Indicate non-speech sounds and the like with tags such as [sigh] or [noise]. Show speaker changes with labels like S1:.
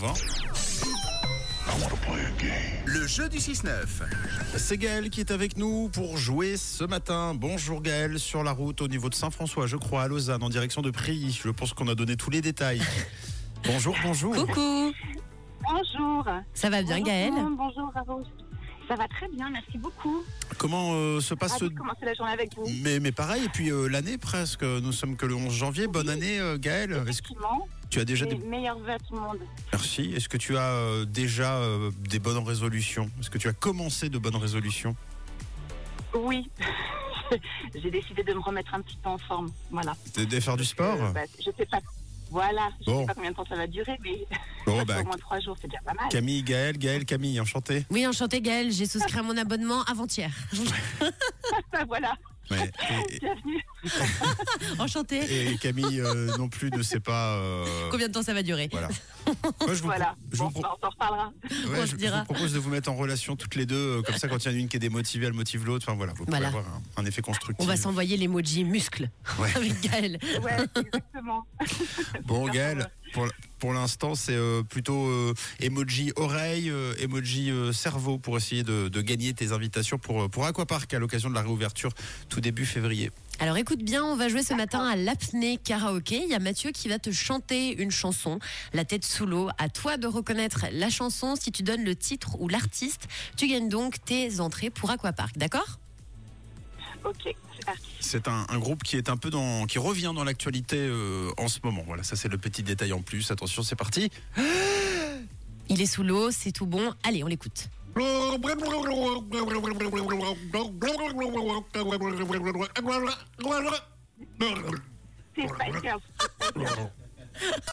S1: Bon. Le jeu du 6-9.
S2: C'est Gaël qui est avec nous pour jouer ce matin. Bonjour Gaël, sur la route au niveau de Saint-François, je crois, à Lausanne, en direction de Prilly. Je pense qu'on a donné tous les
S3: [laughs]
S2: détails. Bonjour, bonjour.
S4: Coucou,
S3: Bonjour.
S4: ça va bien
S3: Bonjour,
S4: Gaël
S3: Simon. Bonjour à vous. Ça va très bien, merci beaucoup.
S2: Comment euh, se passe
S3: Ravie
S2: ce...
S3: de commencer la journée avec vous.
S2: Mais, mais pareil, et puis euh, l'année presque, nous sommes que le 11 janvier. Bonne année euh, Gaël. Est-ce que
S3: Effectivement,
S2: tu as déjà
S3: les
S2: des...
S3: meilleurs vœux à tout le monde.
S2: Merci. Est-ce que tu as euh, déjà euh, des bonnes résolutions Est-ce que tu as commencé de bonnes résolutions
S3: Oui. [laughs] J'ai décidé de me remettre un petit peu en forme. Voilà.
S2: De, de faire du
S3: Euh,
S2: sport
S3: bah, je sais pas. Voilà, je
S2: Bon.
S3: sais pas combien de temps ça va durer, mais
S2: Bon, bah,
S3: [laughs] au moins trois jours, c'est déjà pas mal.
S2: Camille, Gaël, Gaël, Camille, enchanté.
S4: Oui, enchanté Gaël, j'ai souscrit à mon abonnement avant-hier.
S3: Bah, [laughs] voilà,
S2: Ouais. Et- et-
S3: bienvenue.
S4: enchanté.
S2: Et Camille euh, non plus ne sait pas. euh,
S4: Combien de temps ça va durer
S2: Voilà. Moi, je vous,
S3: Voilà.
S2: je vous
S3: Bon,
S2: pro-
S3: bah, on s'en
S2: [laughs]
S3: reparlera.
S2: ouais, je-
S4: on se
S2: je vous
S4: dira.
S2: propose de vous mettre en relation toutes les deux. euh, Comme ça, quand il y en a une qui est démotivée, elle motive l'autre. Enfin voilà, vous pouvez
S4: Voilà.
S2: avoir un, un effet constructif.
S4: On va s'envoyer l'emoji muscle [laughs]
S2: Ouais.
S4: avec Gaël.
S3: Ouais, exactement.
S2: Bon, Gaël, pour, l- pour l'instant, c'est euh, plutôt euh, emoji oreille, euh, emoji euh, cerveau pour essayer de, de gagner tes invitations pour, euh, pour Aquapark à l'occasion de la réouverture tout début février.
S4: Alors écoute bien, on va jouer ce matin à l'apnée karaoké. Il y a Mathieu qui va te chanter une chanson, la tête sous l'eau. À toi de reconnaître la chanson. Si tu donnes le titre ou l'artiste, tu gagnes donc tes entrées pour Aquapark, d'accord
S3: Ok, c'est parti.
S2: C'est un, un groupe qui est un peu dans, qui revient dans l'actualité euh, en ce moment. Voilà, ça c'est le petit détail en plus. Attention, c'est parti.
S4: Il est sous l'eau, c'est tout bon. Allez, on l'écoute.
S3: C'est Spikers.